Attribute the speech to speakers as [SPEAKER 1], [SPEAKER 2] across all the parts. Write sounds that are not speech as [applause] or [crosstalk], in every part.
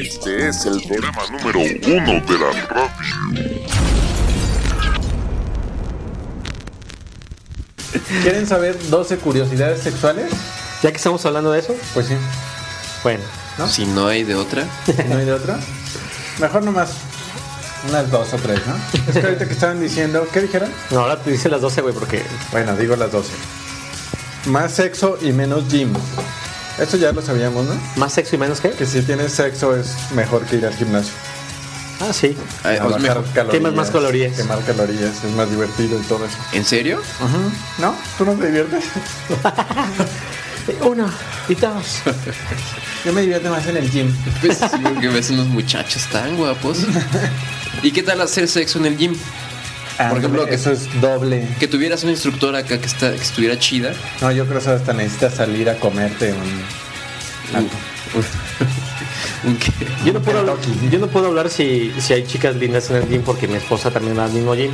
[SPEAKER 1] Este es el programa número uno de la radio.
[SPEAKER 2] ¿Quieren saber 12 curiosidades sexuales?
[SPEAKER 3] Ya que estamos hablando de eso,
[SPEAKER 2] Pues sí,
[SPEAKER 3] bueno,
[SPEAKER 4] Si no hay de otra.
[SPEAKER 2] no hay de otra. Mejor nomás unas dos o tres, ¿no? Es que ahorita que estaban diciendo, ¿qué dijeron?
[SPEAKER 3] no, ahora te dicen las 12, güey, porque
[SPEAKER 2] Bueno, digo las 12. Más sexo y menos gym. Esto ya lo sabíamos, ¿no?
[SPEAKER 3] más sexo y menos que.
[SPEAKER 2] Que si tienes sexo es mejor que ir al gimnasio.
[SPEAKER 3] Ah, sí.
[SPEAKER 4] Ay,
[SPEAKER 2] A
[SPEAKER 4] os
[SPEAKER 2] bajar
[SPEAKER 4] mejor.
[SPEAKER 2] calorías,
[SPEAKER 3] Quemas más calorías.
[SPEAKER 2] Quemar calorías, es más divertido y todo eso.
[SPEAKER 4] ¿En serio?
[SPEAKER 2] ¿No? ¿Tú no te diviertes?
[SPEAKER 3] Uno y dos.
[SPEAKER 2] Yo me divierto más en el gym.
[SPEAKER 4] Pues sí, porque ves unos muchachos tan guapos. ¿Y qué tal hacer sexo en el gym?
[SPEAKER 2] Ah,
[SPEAKER 4] Por ejemplo, que-
[SPEAKER 2] eso es doble.
[SPEAKER 4] Que tuvieras una instructora acá que, está, que estuviera chida.
[SPEAKER 2] No, yo creo que hasta necesitas salir a comerte un...
[SPEAKER 4] Un- un- un que-
[SPEAKER 3] Yo no puedo, hablar-
[SPEAKER 2] Kentucky.
[SPEAKER 3] yo no puedo hablar si, si hay chicas lindas en el gym porque mi esposa también va al mismo gym.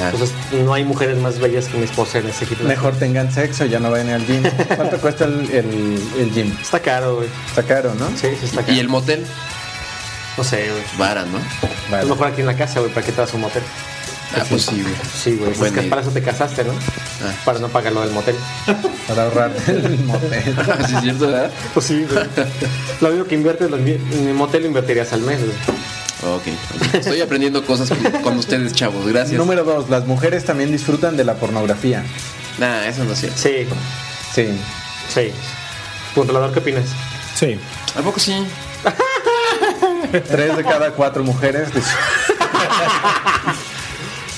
[SPEAKER 4] Ah,
[SPEAKER 3] Entonces, no hay mujeres más bellas que mi esposa en ese equipo.
[SPEAKER 2] Mejor tengan sexo, ya no vayan al
[SPEAKER 4] [laughs]
[SPEAKER 2] gym. ¿Cuánto cuesta el, el- el gym?
[SPEAKER 3] Está caro, güey.
[SPEAKER 2] Está caro, ¿no?
[SPEAKER 3] Sí, sí está caro.
[SPEAKER 4] y el motel,
[SPEAKER 3] No sé, güey.
[SPEAKER 4] vara, ¿no?
[SPEAKER 3] A
[SPEAKER 2] Vale.
[SPEAKER 3] lo mejor aquí en la casa, güey, ¿para qué te vas a un motel?
[SPEAKER 4] Ah, pues sí, güey.
[SPEAKER 3] Sí, güey. Es
[SPEAKER 4] Buena
[SPEAKER 3] que
[SPEAKER 4] idea.
[SPEAKER 3] para eso te casaste, ¿no?
[SPEAKER 4] Ah. [laughs]
[SPEAKER 3] Para no pagar lo del motel.
[SPEAKER 2] Para ahorrar el motel.
[SPEAKER 4] Sí, es cierto, ¿verdad?
[SPEAKER 3] Pues sí, güey. [laughs] Lo único que inviertes lo invi- en el motel lo invertirías al mes, güey.
[SPEAKER 4] Ok. Estoy aprendiendo cosas con, con ustedes, chavos. Gracias.
[SPEAKER 2] Número dos, las mujeres también disfrutan de la pornografía.
[SPEAKER 4] Nah, eso no es cierto.
[SPEAKER 3] Sí,
[SPEAKER 2] Sí.
[SPEAKER 3] sí. Controlador, ¿qué opinas?
[SPEAKER 5] Sí.
[SPEAKER 4] ¿A poco sí?
[SPEAKER 2] Tres de cada cuatro mujeres dis-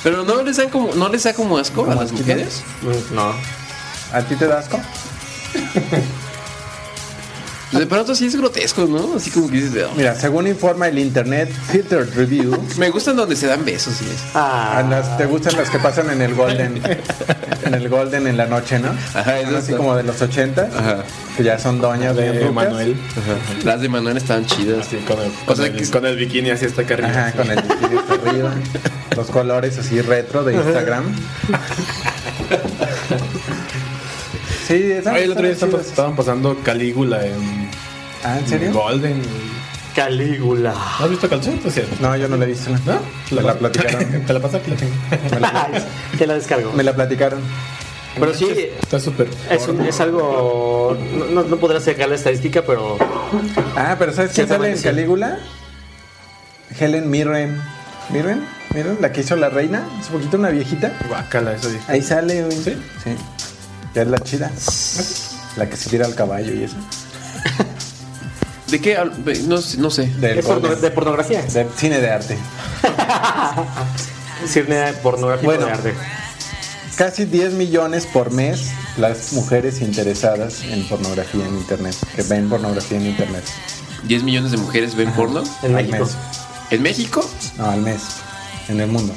[SPEAKER 4] Pero no les dan como, no les da como asco a
[SPEAKER 2] ¿Como
[SPEAKER 4] las
[SPEAKER 2] asquito?
[SPEAKER 4] mujeres.
[SPEAKER 3] Mm, No.
[SPEAKER 2] ¿A ti te da asco?
[SPEAKER 4] De pronto sí es grotesco, ¿no? Así como que dices, "Oh".
[SPEAKER 2] Mira, según informa el Internet Filter Review,
[SPEAKER 4] me gustan donde se dan besos y eso.
[SPEAKER 2] a
[SPEAKER 3] Ah,
[SPEAKER 2] las, te gustan las que pasan en el Golden. En el Golden en la noche, ¿no?
[SPEAKER 4] Ajá, eso
[SPEAKER 2] Son así
[SPEAKER 4] está.
[SPEAKER 2] como de los 80,
[SPEAKER 4] Ajá.
[SPEAKER 2] que ya son doñas de
[SPEAKER 5] De Manuel.
[SPEAKER 4] Las de Manuel estaban chidas.
[SPEAKER 5] Sí, con el,
[SPEAKER 4] O
[SPEAKER 5] con
[SPEAKER 4] sea
[SPEAKER 5] el-
[SPEAKER 4] que-
[SPEAKER 5] con el bikini así hasta acá arriba.
[SPEAKER 2] Ajá,
[SPEAKER 5] sí.
[SPEAKER 2] con el bikini hasta arriba. Los colores así retro de Instagram. Sí, esa
[SPEAKER 5] Oye, el otro día estaban pas- estaban pasando Calígula en,
[SPEAKER 2] Ah, ¿en
[SPEAKER 5] en
[SPEAKER 2] serio?
[SPEAKER 5] Golden.
[SPEAKER 3] Calígula.
[SPEAKER 5] ¿No has visto calzón? Pues cierto.
[SPEAKER 2] No, yo no la he visto.
[SPEAKER 5] ¿No?
[SPEAKER 2] Me la platicaron.
[SPEAKER 5] [laughs] Te la pasas que la tengo.
[SPEAKER 2] Me
[SPEAKER 3] [laughs]
[SPEAKER 2] la,
[SPEAKER 3] Te la descargo.
[SPEAKER 2] me la platicaron.
[SPEAKER 3] Pero sí,
[SPEAKER 5] Está súper.
[SPEAKER 3] es, un- es algo. No, no, no podrás sacar la estadística, pero.
[SPEAKER 2] Ah, pero ¿sabes quién sale en
[SPEAKER 3] Ciertamente sí.
[SPEAKER 2] Calígula? Helen Mirren. ¿Mirren? ¿Mirren? La que hizo la reina. Es un poquito una viejita.
[SPEAKER 5] Guácala, eso dije.
[SPEAKER 2] Ahí sale, güey.
[SPEAKER 5] ¿Sí?
[SPEAKER 2] Sí. Ya es la chida. La que se tira al caballo y eso.
[SPEAKER 4] ¿De qué? hablo? No, sé- no sé.
[SPEAKER 2] Del
[SPEAKER 3] Es porno-
[SPEAKER 2] Golden.
[SPEAKER 3] de pornografía.
[SPEAKER 2] de cine de arte.
[SPEAKER 3] Cirne pornográfico
[SPEAKER 2] Bueno.
[SPEAKER 3] de arte.
[SPEAKER 2] Casi 10 millones por mes las mujeres interesadas en pornografía en internet, que ven pornografía en internet.
[SPEAKER 4] 10 millones de mujeres ven porno.
[SPEAKER 3] En
[SPEAKER 2] al
[SPEAKER 3] México.
[SPEAKER 2] mes.
[SPEAKER 4] ¿En México?
[SPEAKER 2] No, al mes. En el mundo.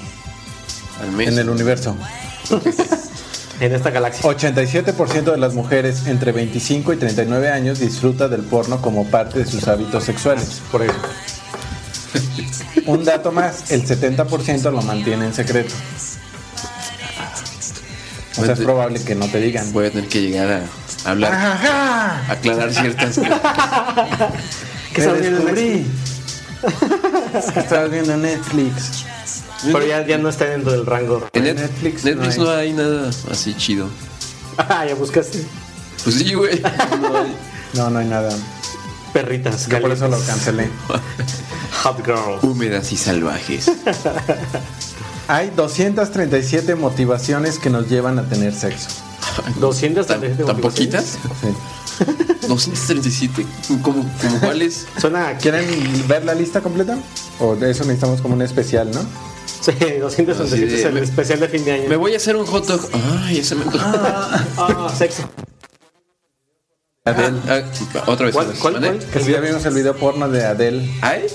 [SPEAKER 4] Al mes.
[SPEAKER 2] En el universo.
[SPEAKER 3] En esta galaxia.
[SPEAKER 2] 87% de las mujeres entre 25 y 39 años disfruta del porno como parte de sus hábitos sexuales.
[SPEAKER 3] Ah, Por eso.
[SPEAKER 2] Un dato más, el 70% lo mantiene en secreto. O sea, es probable que no te digan.
[SPEAKER 4] Voy a tener que llegar a hablar,
[SPEAKER 2] ¡Ajá!
[SPEAKER 4] aclarar ciertas cosas.
[SPEAKER 2] Te
[SPEAKER 3] ¿Qué estás viendo en
[SPEAKER 2] descubrí. Estabas viendo Netflix.
[SPEAKER 3] Pero ya, ya no está dentro del rango.
[SPEAKER 4] En Net-
[SPEAKER 2] Netflix
[SPEAKER 4] Netflix,
[SPEAKER 2] no
[SPEAKER 4] no, hay. nada así chido.
[SPEAKER 3] Ah, ya buscaste.
[SPEAKER 4] Pues sí, güey. No hay.
[SPEAKER 2] No, no hay nada.
[SPEAKER 3] Perritas.
[SPEAKER 2] Yo por eso lo
[SPEAKER 3] calientes,
[SPEAKER 2] cancelé.
[SPEAKER 3] Hot girl.
[SPEAKER 4] Húmedas y salvajes.
[SPEAKER 2] Hay 237 motivaciones que nos llevan a tener sexo.
[SPEAKER 3] 237 [laughs]
[SPEAKER 4] ¿Tan, tan
[SPEAKER 3] motivaciones.
[SPEAKER 4] poquitas?
[SPEAKER 2] Sí.
[SPEAKER 4] 237. ¿Cómo, cómo cuáles?
[SPEAKER 3] Suena.
[SPEAKER 2] ¿Quieren ver la lista completa? O de eso necesitamos como un especial, ¿no?
[SPEAKER 3] [laughs] Sí, 267 es
[SPEAKER 4] Así
[SPEAKER 3] el
[SPEAKER 4] de-
[SPEAKER 3] especial de fin de año.
[SPEAKER 4] Me voy a hacer un hot dog. Ay, ese me antojó.
[SPEAKER 3] Ah, sexo.
[SPEAKER 2] Adele.
[SPEAKER 4] Ah, otra vez.
[SPEAKER 3] ¿Cuál-
[SPEAKER 4] otra vez.
[SPEAKER 3] cuál-
[SPEAKER 4] ¿Mande?
[SPEAKER 3] cuál?
[SPEAKER 2] Que si ya vimos el video porno de Adele,
[SPEAKER 4] ¿eh? ¿Ay?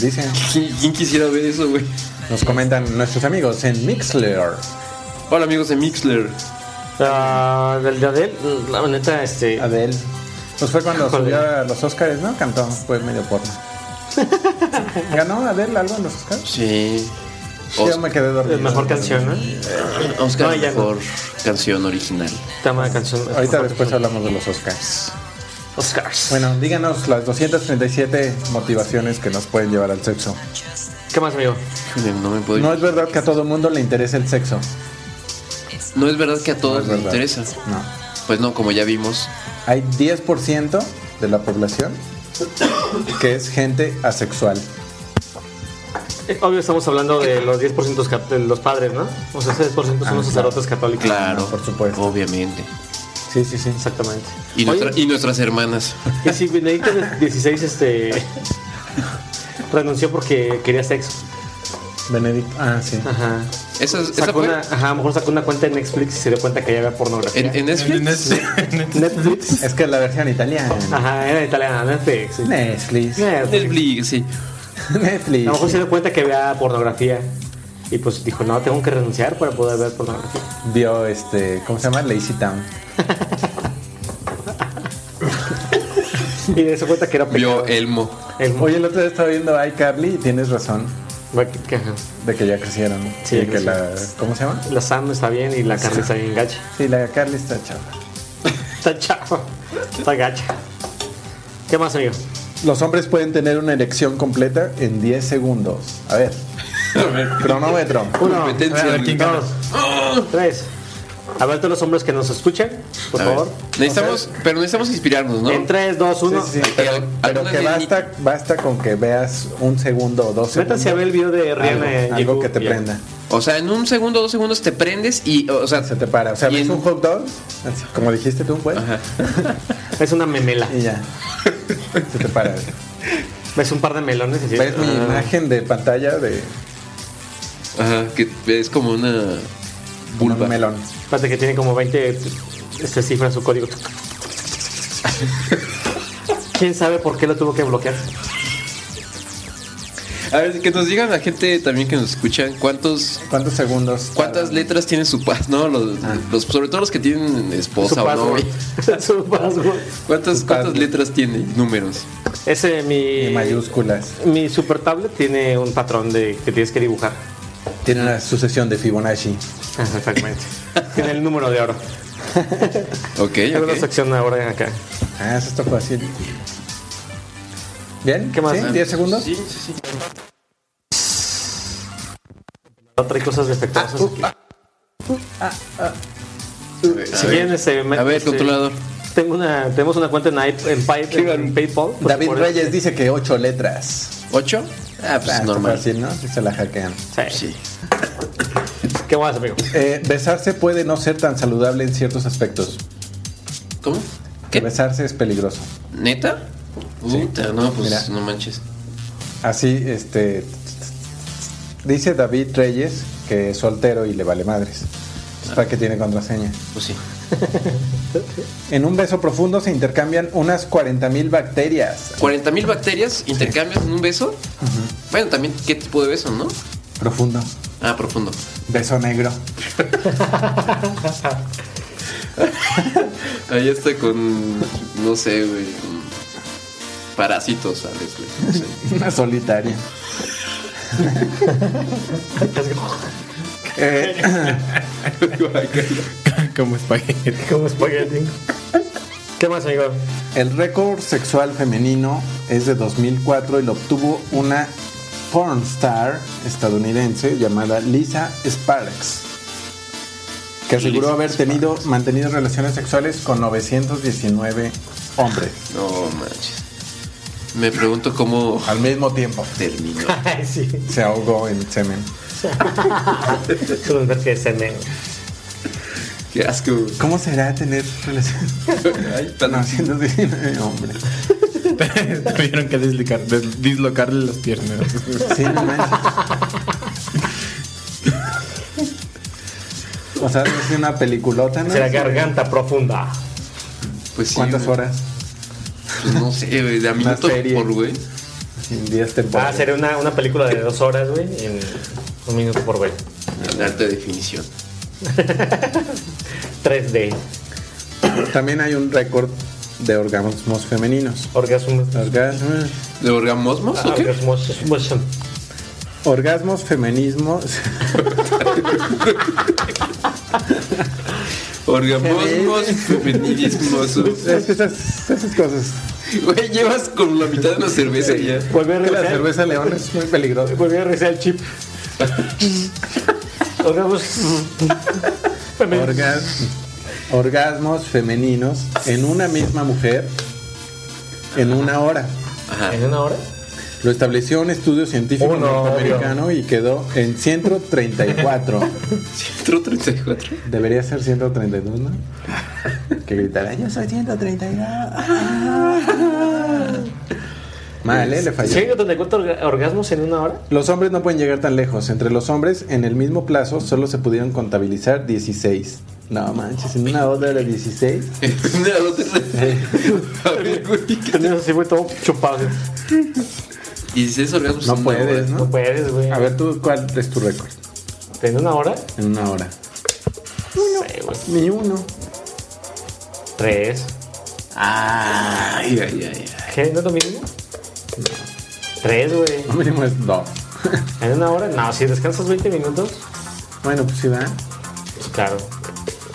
[SPEAKER 2] dicen.
[SPEAKER 4] ¿Quién, quién quisiera ver eso, güey?
[SPEAKER 2] Nos comentan nuestros amigos en Mixler.
[SPEAKER 4] Hola, amigos de Mixler.
[SPEAKER 3] Ah, del de Adele, la neta, este.
[SPEAKER 2] Adele. Pues fue cuando
[SPEAKER 3] Híjole. [laughs]
[SPEAKER 2] subió a los Oscars, ¿no? Cantó, fue medio porno. ¿Ganó Adele algo en los Oscars?
[SPEAKER 4] Sí.
[SPEAKER 2] Sí, yo me quedé dormido.
[SPEAKER 3] Es mejor canción, ¿no?
[SPEAKER 4] Oscar
[SPEAKER 3] No, ya no.
[SPEAKER 4] mejor canción original.
[SPEAKER 3] Tema de canción.
[SPEAKER 2] Ahorita después hablamos de los Oscars.
[SPEAKER 3] Oscars.
[SPEAKER 2] Bueno, díganos las 237 motivaciones que nos pueden llevar al sexo.
[SPEAKER 3] ¿Qué más, amigo?
[SPEAKER 4] Híjole, No me puedo.
[SPEAKER 2] No es verdad que a todo mundo le interesa el sexo.
[SPEAKER 4] No es verdad que a
[SPEAKER 2] No
[SPEAKER 4] todos
[SPEAKER 2] es
[SPEAKER 4] les
[SPEAKER 2] verdad. Ah,
[SPEAKER 4] interesa.
[SPEAKER 2] No.
[SPEAKER 4] Pues no, como ya vimos.
[SPEAKER 2] Hay 10% de la población que es gente asexual.
[SPEAKER 3] Eh, Obvio, estamos hablando de los 10% cat- de los padres, ¿no? O sea, ese 10% son
[SPEAKER 2] Ah,
[SPEAKER 3] los sacerdotes católicos.
[SPEAKER 4] Claro,
[SPEAKER 2] por supuesto.
[SPEAKER 4] Obviamente.
[SPEAKER 2] Sí, sí, sí.
[SPEAKER 3] Exactamente.
[SPEAKER 4] Y,
[SPEAKER 3] Oye,
[SPEAKER 4] nuestra- y nuestras hermanas.
[SPEAKER 2] [laughs]
[SPEAKER 3] y si Benedicto de 16 este,
[SPEAKER 4] [laughs]
[SPEAKER 3] renunció porque quería sexo.
[SPEAKER 2] Benedict. Ah, sí.
[SPEAKER 3] Ajá.
[SPEAKER 4] Esa, esa
[SPEAKER 3] Sacó
[SPEAKER 4] fue
[SPEAKER 3] una, ajá, a lo mejor sacó una cuenta en Netflix y se dio cuenta que ya había pornografía.
[SPEAKER 4] en, en Netflix.
[SPEAKER 5] [laughs]
[SPEAKER 3] Netflix.
[SPEAKER 2] Es que es la versión italiana.
[SPEAKER 3] Ajá, era italiana, Netflix. sí.
[SPEAKER 2] Netflix.
[SPEAKER 3] Netflix.
[SPEAKER 4] Netflix, sí.
[SPEAKER 3] A lo mejor
[SPEAKER 2] Netflix.
[SPEAKER 3] se dio cuenta que había pornografía. Y pues dijo, no, tengo que renunciar para poder ver pornografía. [laughs]
[SPEAKER 2] Vio este. ¿Cómo se llama? Lazy Town.
[SPEAKER 3] Y se dio cuenta que era
[SPEAKER 4] Vio
[SPEAKER 3] pecado.
[SPEAKER 4] Elmo.
[SPEAKER 3] El-
[SPEAKER 2] Oye, el otro día estaba viendo iCarly y tienes razón
[SPEAKER 3] Bueno, que- que- ajá.
[SPEAKER 2] de que ya crecieron.
[SPEAKER 3] Sí,
[SPEAKER 2] Y que la.
[SPEAKER 3] crecieron.
[SPEAKER 2] ¿Cómo se llama?
[SPEAKER 3] La Sam está bien y la Carly está bien gacha.
[SPEAKER 2] Sí, la Carly está chava.
[SPEAKER 3] Está chava. Está gacha. ¿Qué más, amigo?
[SPEAKER 2] Los hombres pueden tener una erección completa en 10 segundos. A
[SPEAKER 4] [laughs]
[SPEAKER 2] ver. Cronómetro.
[SPEAKER 3] Uno,
[SPEAKER 4] Competencia.
[SPEAKER 5] A ver, ¿quién gana?
[SPEAKER 3] dos, tres. A ver todos los hombres que nos escuchan, por
[SPEAKER 4] A ver.
[SPEAKER 3] favor.
[SPEAKER 4] Necesitamos, pero necesitamos inspirarnos, ¿no?
[SPEAKER 3] En tres, dos, uno.
[SPEAKER 2] Sí, sí, sí, pero,
[SPEAKER 4] Alguna
[SPEAKER 2] pero que
[SPEAKER 4] niña-
[SPEAKER 2] basta, basta con que veas un segundo o dos segundos.
[SPEAKER 3] Métanse a ver el video de
[SPEAKER 2] algo,
[SPEAKER 3] Rihanna. en
[SPEAKER 2] algo
[SPEAKER 3] YouTube
[SPEAKER 2] que te
[SPEAKER 3] y ya.
[SPEAKER 2] prenda.
[SPEAKER 4] O sea, en un segundo, dos segundos te prendes y, o sea,
[SPEAKER 2] Se te para. O sea,
[SPEAKER 4] Y
[SPEAKER 2] ves
[SPEAKER 4] en-
[SPEAKER 2] un hot dog, así, como dijiste tú, pues,
[SPEAKER 4] Ajá.
[SPEAKER 3] Es una memela.
[SPEAKER 2] y ya. Se te
[SPEAKER 4] [laughs]
[SPEAKER 2] para.
[SPEAKER 3] Ves un par de melones y
[SPEAKER 2] Ves
[SPEAKER 3] dices,
[SPEAKER 2] mi
[SPEAKER 3] "Ah".
[SPEAKER 2] imagen de pantalla de
[SPEAKER 4] Ajá, que es como una
[SPEAKER 2] un
[SPEAKER 4] vulva.
[SPEAKER 2] melón.
[SPEAKER 3] Aparte que tiene como 20 este, cifras su
[SPEAKER 4] [laughs]
[SPEAKER 3] código. ¿Quién sabe por qué lo tuvo que bloquear?
[SPEAKER 4] A ver, que nos digan la gente también que nos escuchan cuántos
[SPEAKER 2] ¿Cuántos segundos?
[SPEAKER 4] cuántas letras tiene su paz, ¿no? Los, los- sobre todo los que tienen
[SPEAKER 3] Su
[SPEAKER 4] esposa o
[SPEAKER 3] password. [laughs]
[SPEAKER 4] novia.
[SPEAKER 3] Su password.
[SPEAKER 4] ¿Cuántas,
[SPEAKER 2] Su
[SPEAKER 4] cuántas
[SPEAKER 2] password.
[SPEAKER 4] letras tiene? Números.
[SPEAKER 3] Ese mi...
[SPEAKER 2] Y mayúsculas.
[SPEAKER 3] Mi super tablet tiene un patrón de que tienes que dibujar.
[SPEAKER 2] Tiene una sucesión de Fibonacci.
[SPEAKER 3] Exactamente. tiene el número de oro.
[SPEAKER 4] [laughs] Ok,
[SPEAKER 3] Tengo una
[SPEAKER 4] ok.
[SPEAKER 3] sección ahora acá.
[SPEAKER 2] Ah, eso está fácil. ¿Bien?
[SPEAKER 3] ¿Qué más?
[SPEAKER 2] ¿Sí? ¿10 segundos?
[SPEAKER 4] Sí, sí, sí.
[SPEAKER 3] Otra y cosas defectuosas. aquí.
[SPEAKER 4] Ah,
[SPEAKER 3] si
[SPEAKER 4] A
[SPEAKER 3] quieren,
[SPEAKER 4] ver,
[SPEAKER 3] este, me-
[SPEAKER 4] a ver
[SPEAKER 3] este,
[SPEAKER 4] controlador.
[SPEAKER 3] Tengo una, tenemos una cuenta en, i- en, Pi- en PayPal. por
[SPEAKER 2] David
[SPEAKER 3] supuesto.
[SPEAKER 2] Reyes dice que 8 letras.
[SPEAKER 4] ¿Ocho? Ah, pues
[SPEAKER 2] Ah, está
[SPEAKER 4] normal.
[SPEAKER 2] fácil, ¿no? Se la hackean.
[SPEAKER 3] Sí.
[SPEAKER 4] Sí.
[SPEAKER 3] ¿Qué más,
[SPEAKER 4] [laughs]
[SPEAKER 3] amigo?
[SPEAKER 2] Eh, besarse puede no ser tan saludable en ciertos aspectos.
[SPEAKER 4] ¿Cómo?
[SPEAKER 2] Que
[SPEAKER 4] ¿Qué?
[SPEAKER 2] besarse es peligroso.
[SPEAKER 4] ¿Neta? Puta, no, pues
[SPEAKER 2] Mira.
[SPEAKER 4] no manches.
[SPEAKER 2] Así, este. Dice David Reyes que es soltero y le vale madres. Es para que tiene contraseña.
[SPEAKER 4] Pues sí.
[SPEAKER 2] En un beso profundo se intercambian unas 40.000 bacterias.
[SPEAKER 4] 40 mil bacterias intercambias en un beso. Bueno, también qué tipo de beso, ¿no?
[SPEAKER 2] Profundo.
[SPEAKER 4] Ah, profundo.
[SPEAKER 2] Beso negro. [laughs]
[SPEAKER 4] Ahí está con, no sé, güey. con Parásitos, ¿sabes? güey? No sé.
[SPEAKER 2] Una solitaria. Eh,
[SPEAKER 5] Como espagueti. [laughs]
[SPEAKER 3] Como espagueti. ¿Qué más, amigo? [laughs]
[SPEAKER 2] el récord sexual femenino es de 2004 y lo obtuvo una pornstar estadounidense llamada Lisa Sparks. Que aseguró
[SPEAKER 4] Lisa
[SPEAKER 2] haber tenido, mantenido relaciones sexuales con 919 hombres
[SPEAKER 4] No manches. Me pregunto cómo
[SPEAKER 2] al mismo tiempo.
[SPEAKER 4] terminó.
[SPEAKER 3] Ay, sí.
[SPEAKER 2] Se ahogó en semen.
[SPEAKER 3] Es un vertiente de semen.
[SPEAKER 4] [laughs] Qué asco. güey.
[SPEAKER 2] ¿Cómo será tener relaciones [laughs]
[SPEAKER 4] Ay,
[SPEAKER 2] con
[SPEAKER 4] tan
[SPEAKER 2] 919 hombres?
[SPEAKER 5] Tuvieron que deslicar- des- dislocarle las piernas.
[SPEAKER 2] Sí, no manches. [laughs] O sea, es una peliculota, ¿no?
[SPEAKER 3] Se la garganta profunda.
[SPEAKER 4] Pues sí.
[SPEAKER 2] ¿Cuántas
[SPEAKER 4] güey.
[SPEAKER 2] horas?
[SPEAKER 4] Pues no sé, güey. De a
[SPEAKER 2] Una
[SPEAKER 4] minuto
[SPEAKER 2] serie.
[SPEAKER 4] por güey.
[SPEAKER 2] En 10
[SPEAKER 3] Ah,
[SPEAKER 2] temporadas.
[SPEAKER 3] sería una, una película de dos horas, güey, en un minuto por ver.
[SPEAKER 4] En alta definición.
[SPEAKER 3] 3D.
[SPEAKER 2] También hay un récord de orgasmos femeninos.
[SPEAKER 3] Orgasmo.
[SPEAKER 2] Orgasmos.
[SPEAKER 4] ¿De orgasmos
[SPEAKER 2] Ah,
[SPEAKER 4] o qué?
[SPEAKER 3] Orgasmos.
[SPEAKER 2] Orgasmos, feminismos. [laughs]
[SPEAKER 4] Orgasmos
[SPEAKER 2] [laughs]
[SPEAKER 4] feminismos.
[SPEAKER 2] es que esas, esas cosas.
[SPEAKER 4] Güey, llevas con la mitad de una cerveza ya.
[SPEAKER 3] Volví a
[SPEAKER 2] Que la
[SPEAKER 3] regresar.
[SPEAKER 2] cerveza león es muy peligrosa.
[SPEAKER 3] Volví a regresar el chip. Orgasmos.
[SPEAKER 2] Orgas- orgasmos femeninos en una misma mujer en una hora.
[SPEAKER 4] Ajá.
[SPEAKER 3] ¿En una hora?
[SPEAKER 2] Lo estableció un estudio científico
[SPEAKER 3] Uno,
[SPEAKER 2] norteamericano y quedó en 134.
[SPEAKER 4] [laughs] 134.
[SPEAKER 2] Debería ser 132, ¿no? [laughs] Que gritarán, yo soy 132. [laughs] Mal, ¿eh? Le falló.
[SPEAKER 3] ¿Sí hay 84 orga- orgasmos en una hora?
[SPEAKER 2] Los hombres no pueden llegar tan lejos. Entre los hombres, en el mismo plazo, solo se pudieron contabilizar 16. No manches, en una hora era 16.
[SPEAKER 4] Una, dos, tres. A ver, güey, ¿qué?
[SPEAKER 3] Tenía así, güey, todo chupado. güey.
[SPEAKER 4] 16 orgasmos.
[SPEAKER 2] No
[SPEAKER 4] en una
[SPEAKER 2] puedes,
[SPEAKER 4] hora.
[SPEAKER 2] ¿no?
[SPEAKER 3] No puedes, güey.
[SPEAKER 2] A ver, ¿tú cuál es tu récord?
[SPEAKER 3] ¿En una hora?
[SPEAKER 2] En una hora.
[SPEAKER 3] No sé, güey.
[SPEAKER 2] Ni uno.
[SPEAKER 3] Tres.
[SPEAKER 4] Ay, ay, ay. ay.
[SPEAKER 3] ¿Qué? ¿No es lo mismo? Tres, güey.
[SPEAKER 2] Lo mínimo es dos.
[SPEAKER 3] ¿En una hora? No, si descansas 20 minutos.
[SPEAKER 2] bueno, pues sí, ¿verdad?
[SPEAKER 3] Pues claro.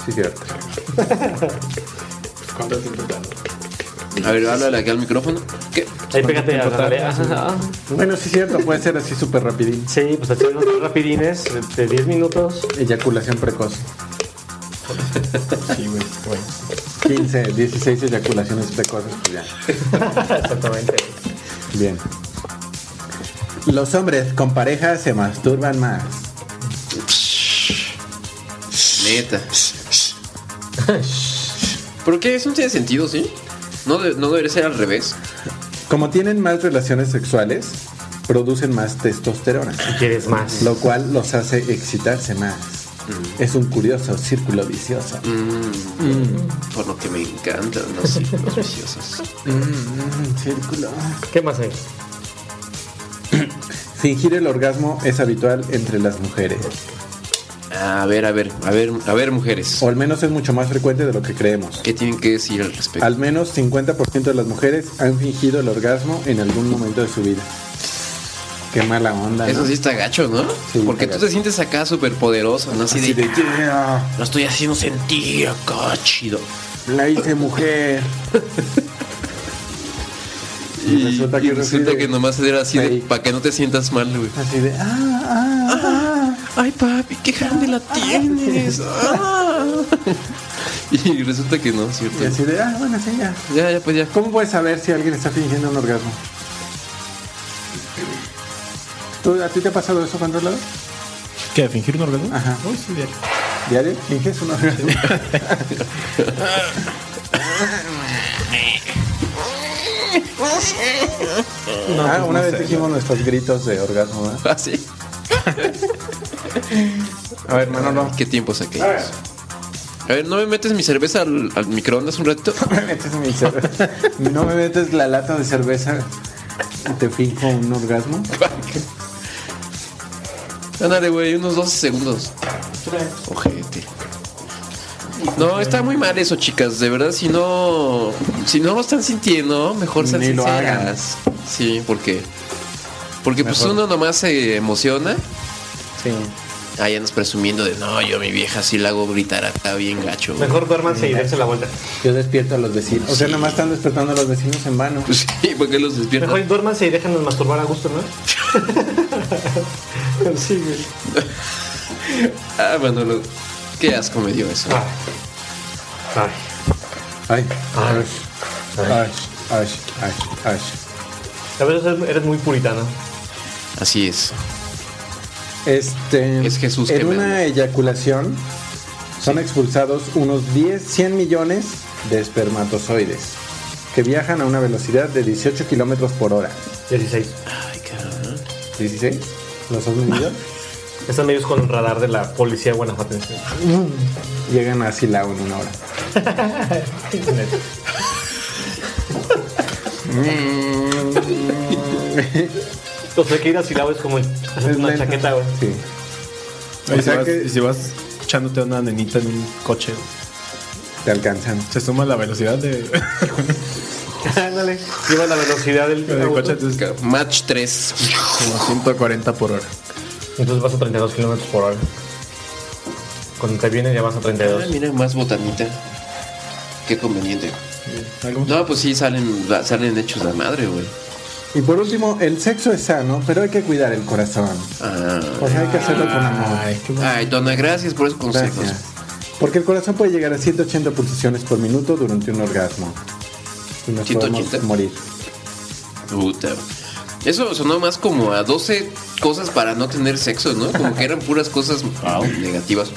[SPEAKER 2] Sí, cierto.
[SPEAKER 4] A ver, háblale aquí al micrófono. ¿Qué?
[SPEAKER 3] Ahí pégate a la tarea. Ajá.
[SPEAKER 2] Bueno, sí, cierto. Puede ser así súper rapidín.
[SPEAKER 3] Sí, pues echar unos rapidines de- de 10 minutos.
[SPEAKER 2] Eyaculación precoz. 15, 16 eyaculaciones precoces, pues ya.
[SPEAKER 3] Exactamente.
[SPEAKER 2] Bien. Los hombres con pareja se masturban más. [laughs]
[SPEAKER 4] Neta. ¿Por qué? Eso no tiene sentido, ¿sí? No, de- no debería ser al revés.
[SPEAKER 2] Como tienen más relaciones sexuales, producen más testosterona,
[SPEAKER 3] ¿Quieres más?
[SPEAKER 2] lo cual los hace excitarse más. Es un curioso círculo vicioso. Mm.
[SPEAKER 4] Por lo que me encantan los círculos viciosos.
[SPEAKER 2] Mm, círculo.
[SPEAKER 3] ¿Qué más hay?
[SPEAKER 2] Fingir el orgasmo es habitual entre las mujeres,
[SPEAKER 4] A ver, a ver, a ver, a ver, mujeres.
[SPEAKER 2] o al menos es mucho más frecuente de lo que creemos.
[SPEAKER 4] ¿Qué tienen que decir al respecto?
[SPEAKER 2] Al menos 50% de las mujeres han fingido el orgasmo en algún momento de su vida. Qué mala onda. ¿no?
[SPEAKER 4] Eso sí está gacho, ¿no?
[SPEAKER 2] Sí,
[SPEAKER 4] Porque
[SPEAKER 2] está
[SPEAKER 4] tú te
[SPEAKER 2] gacho.
[SPEAKER 4] sientes acá súper poderoso, ¿no? Así,
[SPEAKER 2] Así
[SPEAKER 4] de,
[SPEAKER 2] de, "Yeah,
[SPEAKER 4] lo estoy haciendo sentir acá, chido.
[SPEAKER 2] la hice mujer.
[SPEAKER 4] Y,
[SPEAKER 2] Y resulta que
[SPEAKER 4] y resulta
[SPEAKER 2] recibe-
[SPEAKER 4] que nomás era así de,
[SPEAKER 2] Fake.
[SPEAKER 4] para que no te sientas mal, güey.
[SPEAKER 2] Así de, ah, ah,
[SPEAKER 4] Ay, papi, qué grande la tienes. Ah. [laughs] Y resulta que no,
[SPEAKER 2] ah. Y
[SPEAKER 4] ¿cierto?
[SPEAKER 2] así de, ah, bueno, sí, ya.
[SPEAKER 4] Ya, ya, pues ya.
[SPEAKER 2] ¿Cómo puedes saber si alguien está fingiendo un orgasmo? ¿Tú, ¿A ti te ha pasado eso, controlador?
[SPEAKER 5] ¿Qué? ¿Fingir un orgasmo?
[SPEAKER 2] Ajá.
[SPEAKER 5] Uy, sí, diario.
[SPEAKER 2] ¿Diario? ¿Finges un [laughs] orgasmo? ah, una vez dijimos nuestros gritos de orgasmo, ¿verdad?
[SPEAKER 4] Ah, sí.
[SPEAKER 2] A ver, Manolo.
[SPEAKER 4] ¿Qué tiempos aquellos? A ver, ¿no me metes mi cerveza al, al microondas un ratito?
[SPEAKER 2] [laughs] me metes mi cerveza. No me metes la lata de cerveza y te finjo un orgasmo.
[SPEAKER 4] [laughs] Ándale, güey, unos 12 segundos. Ojete. No, está muy mal eso, chicas. De verdad, si no. Si no lo están sintiendo, mejor sean
[SPEAKER 2] Ni lo
[SPEAKER 4] sinceras. Sí, porque. Porque pues
[SPEAKER 2] Mejor.
[SPEAKER 4] uno nomás se emociona.
[SPEAKER 2] Sí.
[SPEAKER 4] Ahí andas presumiendo de no, yo a mi vieja sí la hago gritar acá bien gacho. güey".
[SPEAKER 3] Mejor duérmanse y dense la vuelta.
[SPEAKER 2] Yo despierto a los vecinos. O sea,
[SPEAKER 4] Sí.
[SPEAKER 2] nada más están despertando a los vecinos en vano.
[SPEAKER 4] Pues [laughs] sí, porque los despierta.
[SPEAKER 3] Mejor duérmanse y déjanos masturbar a gusto, ¿no? [laughs] sí, güey.
[SPEAKER 4] Ah, Manolo. Qué asco me dio eso.
[SPEAKER 3] Ay. Ah. Ay.
[SPEAKER 2] Ay,
[SPEAKER 3] Ay.
[SPEAKER 2] ay, ay, ay, ay, ay.
[SPEAKER 3] A veces eres- eres muy puritano.
[SPEAKER 4] Así es.
[SPEAKER 2] Este,
[SPEAKER 4] Es Jesús que
[SPEAKER 2] en
[SPEAKER 4] me
[SPEAKER 2] una
[SPEAKER 4] ama.
[SPEAKER 2] eyaculación son expulsados unos 10, 100 millones de espermatozoides que viajan a una velocidad de 18 kilómetros por hora.
[SPEAKER 3] 16.
[SPEAKER 4] Ay, cabrón.
[SPEAKER 2] ¿16? ¿Los has medido?
[SPEAKER 3] Están medios con radar de la policía guanajuatense.
[SPEAKER 2] Llegan a Silao en una hora.
[SPEAKER 3] O sea, que ir a Silao es como hacer
[SPEAKER 2] Es
[SPEAKER 3] una
[SPEAKER 2] lento. [laughs]
[SPEAKER 3] chaqueta, güey.
[SPEAKER 2] Sí.
[SPEAKER 5] Y
[SPEAKER 2] O
[SPEAKER 5] si,
[SPEAKER 2] sea
[SPEAKER 5] vas, y
[SPEAKER 2] que
[SPEAKER 5] si vas echándote a una nenita en un coche,
[SPEAKER 2] te alcanzan.
[SPEAKER 5] [laughs]
[SPEAKER 2] Ah,
[SPEAKER 5] se suma la velocidad de.
[SPEAKER 3] Ándale, lleva la velocidad del
[SPEAKER 5] Lo de
[SPEAKER 3] auto.
[SPEAKER 5] coche es
[SPEAKER 4] Match 3.
[SPEAKER 5] como 140 por hora.
[SPEAKER 3] Entonces vas a 32 kilómetros por hora. Cuando te viene ya vas a
[SPEAKER 4] Ah,
[SPEAKER 3] 32.
[SPEAKER 4] mira, más botanita. Qué conveniente.
[SPEAKER 5] ¿Algo?
[SPEAKER 4] No, pues sí, salen, la- salen hechos la madre, güey.
[SPEAKER 2] Y por último, el sexo es sano, pero hay que cuidar el corazón.
[SPEAKER 4] Ah.
[SPEAKER 2] O sea, hay que hacerlo con amor.
[SPEAKER 3] Ah,
[SPEAKER 5] Ay, qué bueno.
[SPEAKER 4] Ay, dona, gracias por esos consejos.
[SPEAKER 3] pues.
[SPEAKER 2] Gracias. Porque el corazón puede llegar a 180 pulsaciones por minuto durante un orgasmo. Y nos
[SPEAKER 4] 180.
[SPEAKER 2] podemos morir.
[SPEAKER 4] Puta. Eso sonó más como a 12 cosas para no tener sexo, ¿no? Como que eran puras cosas au, negativas.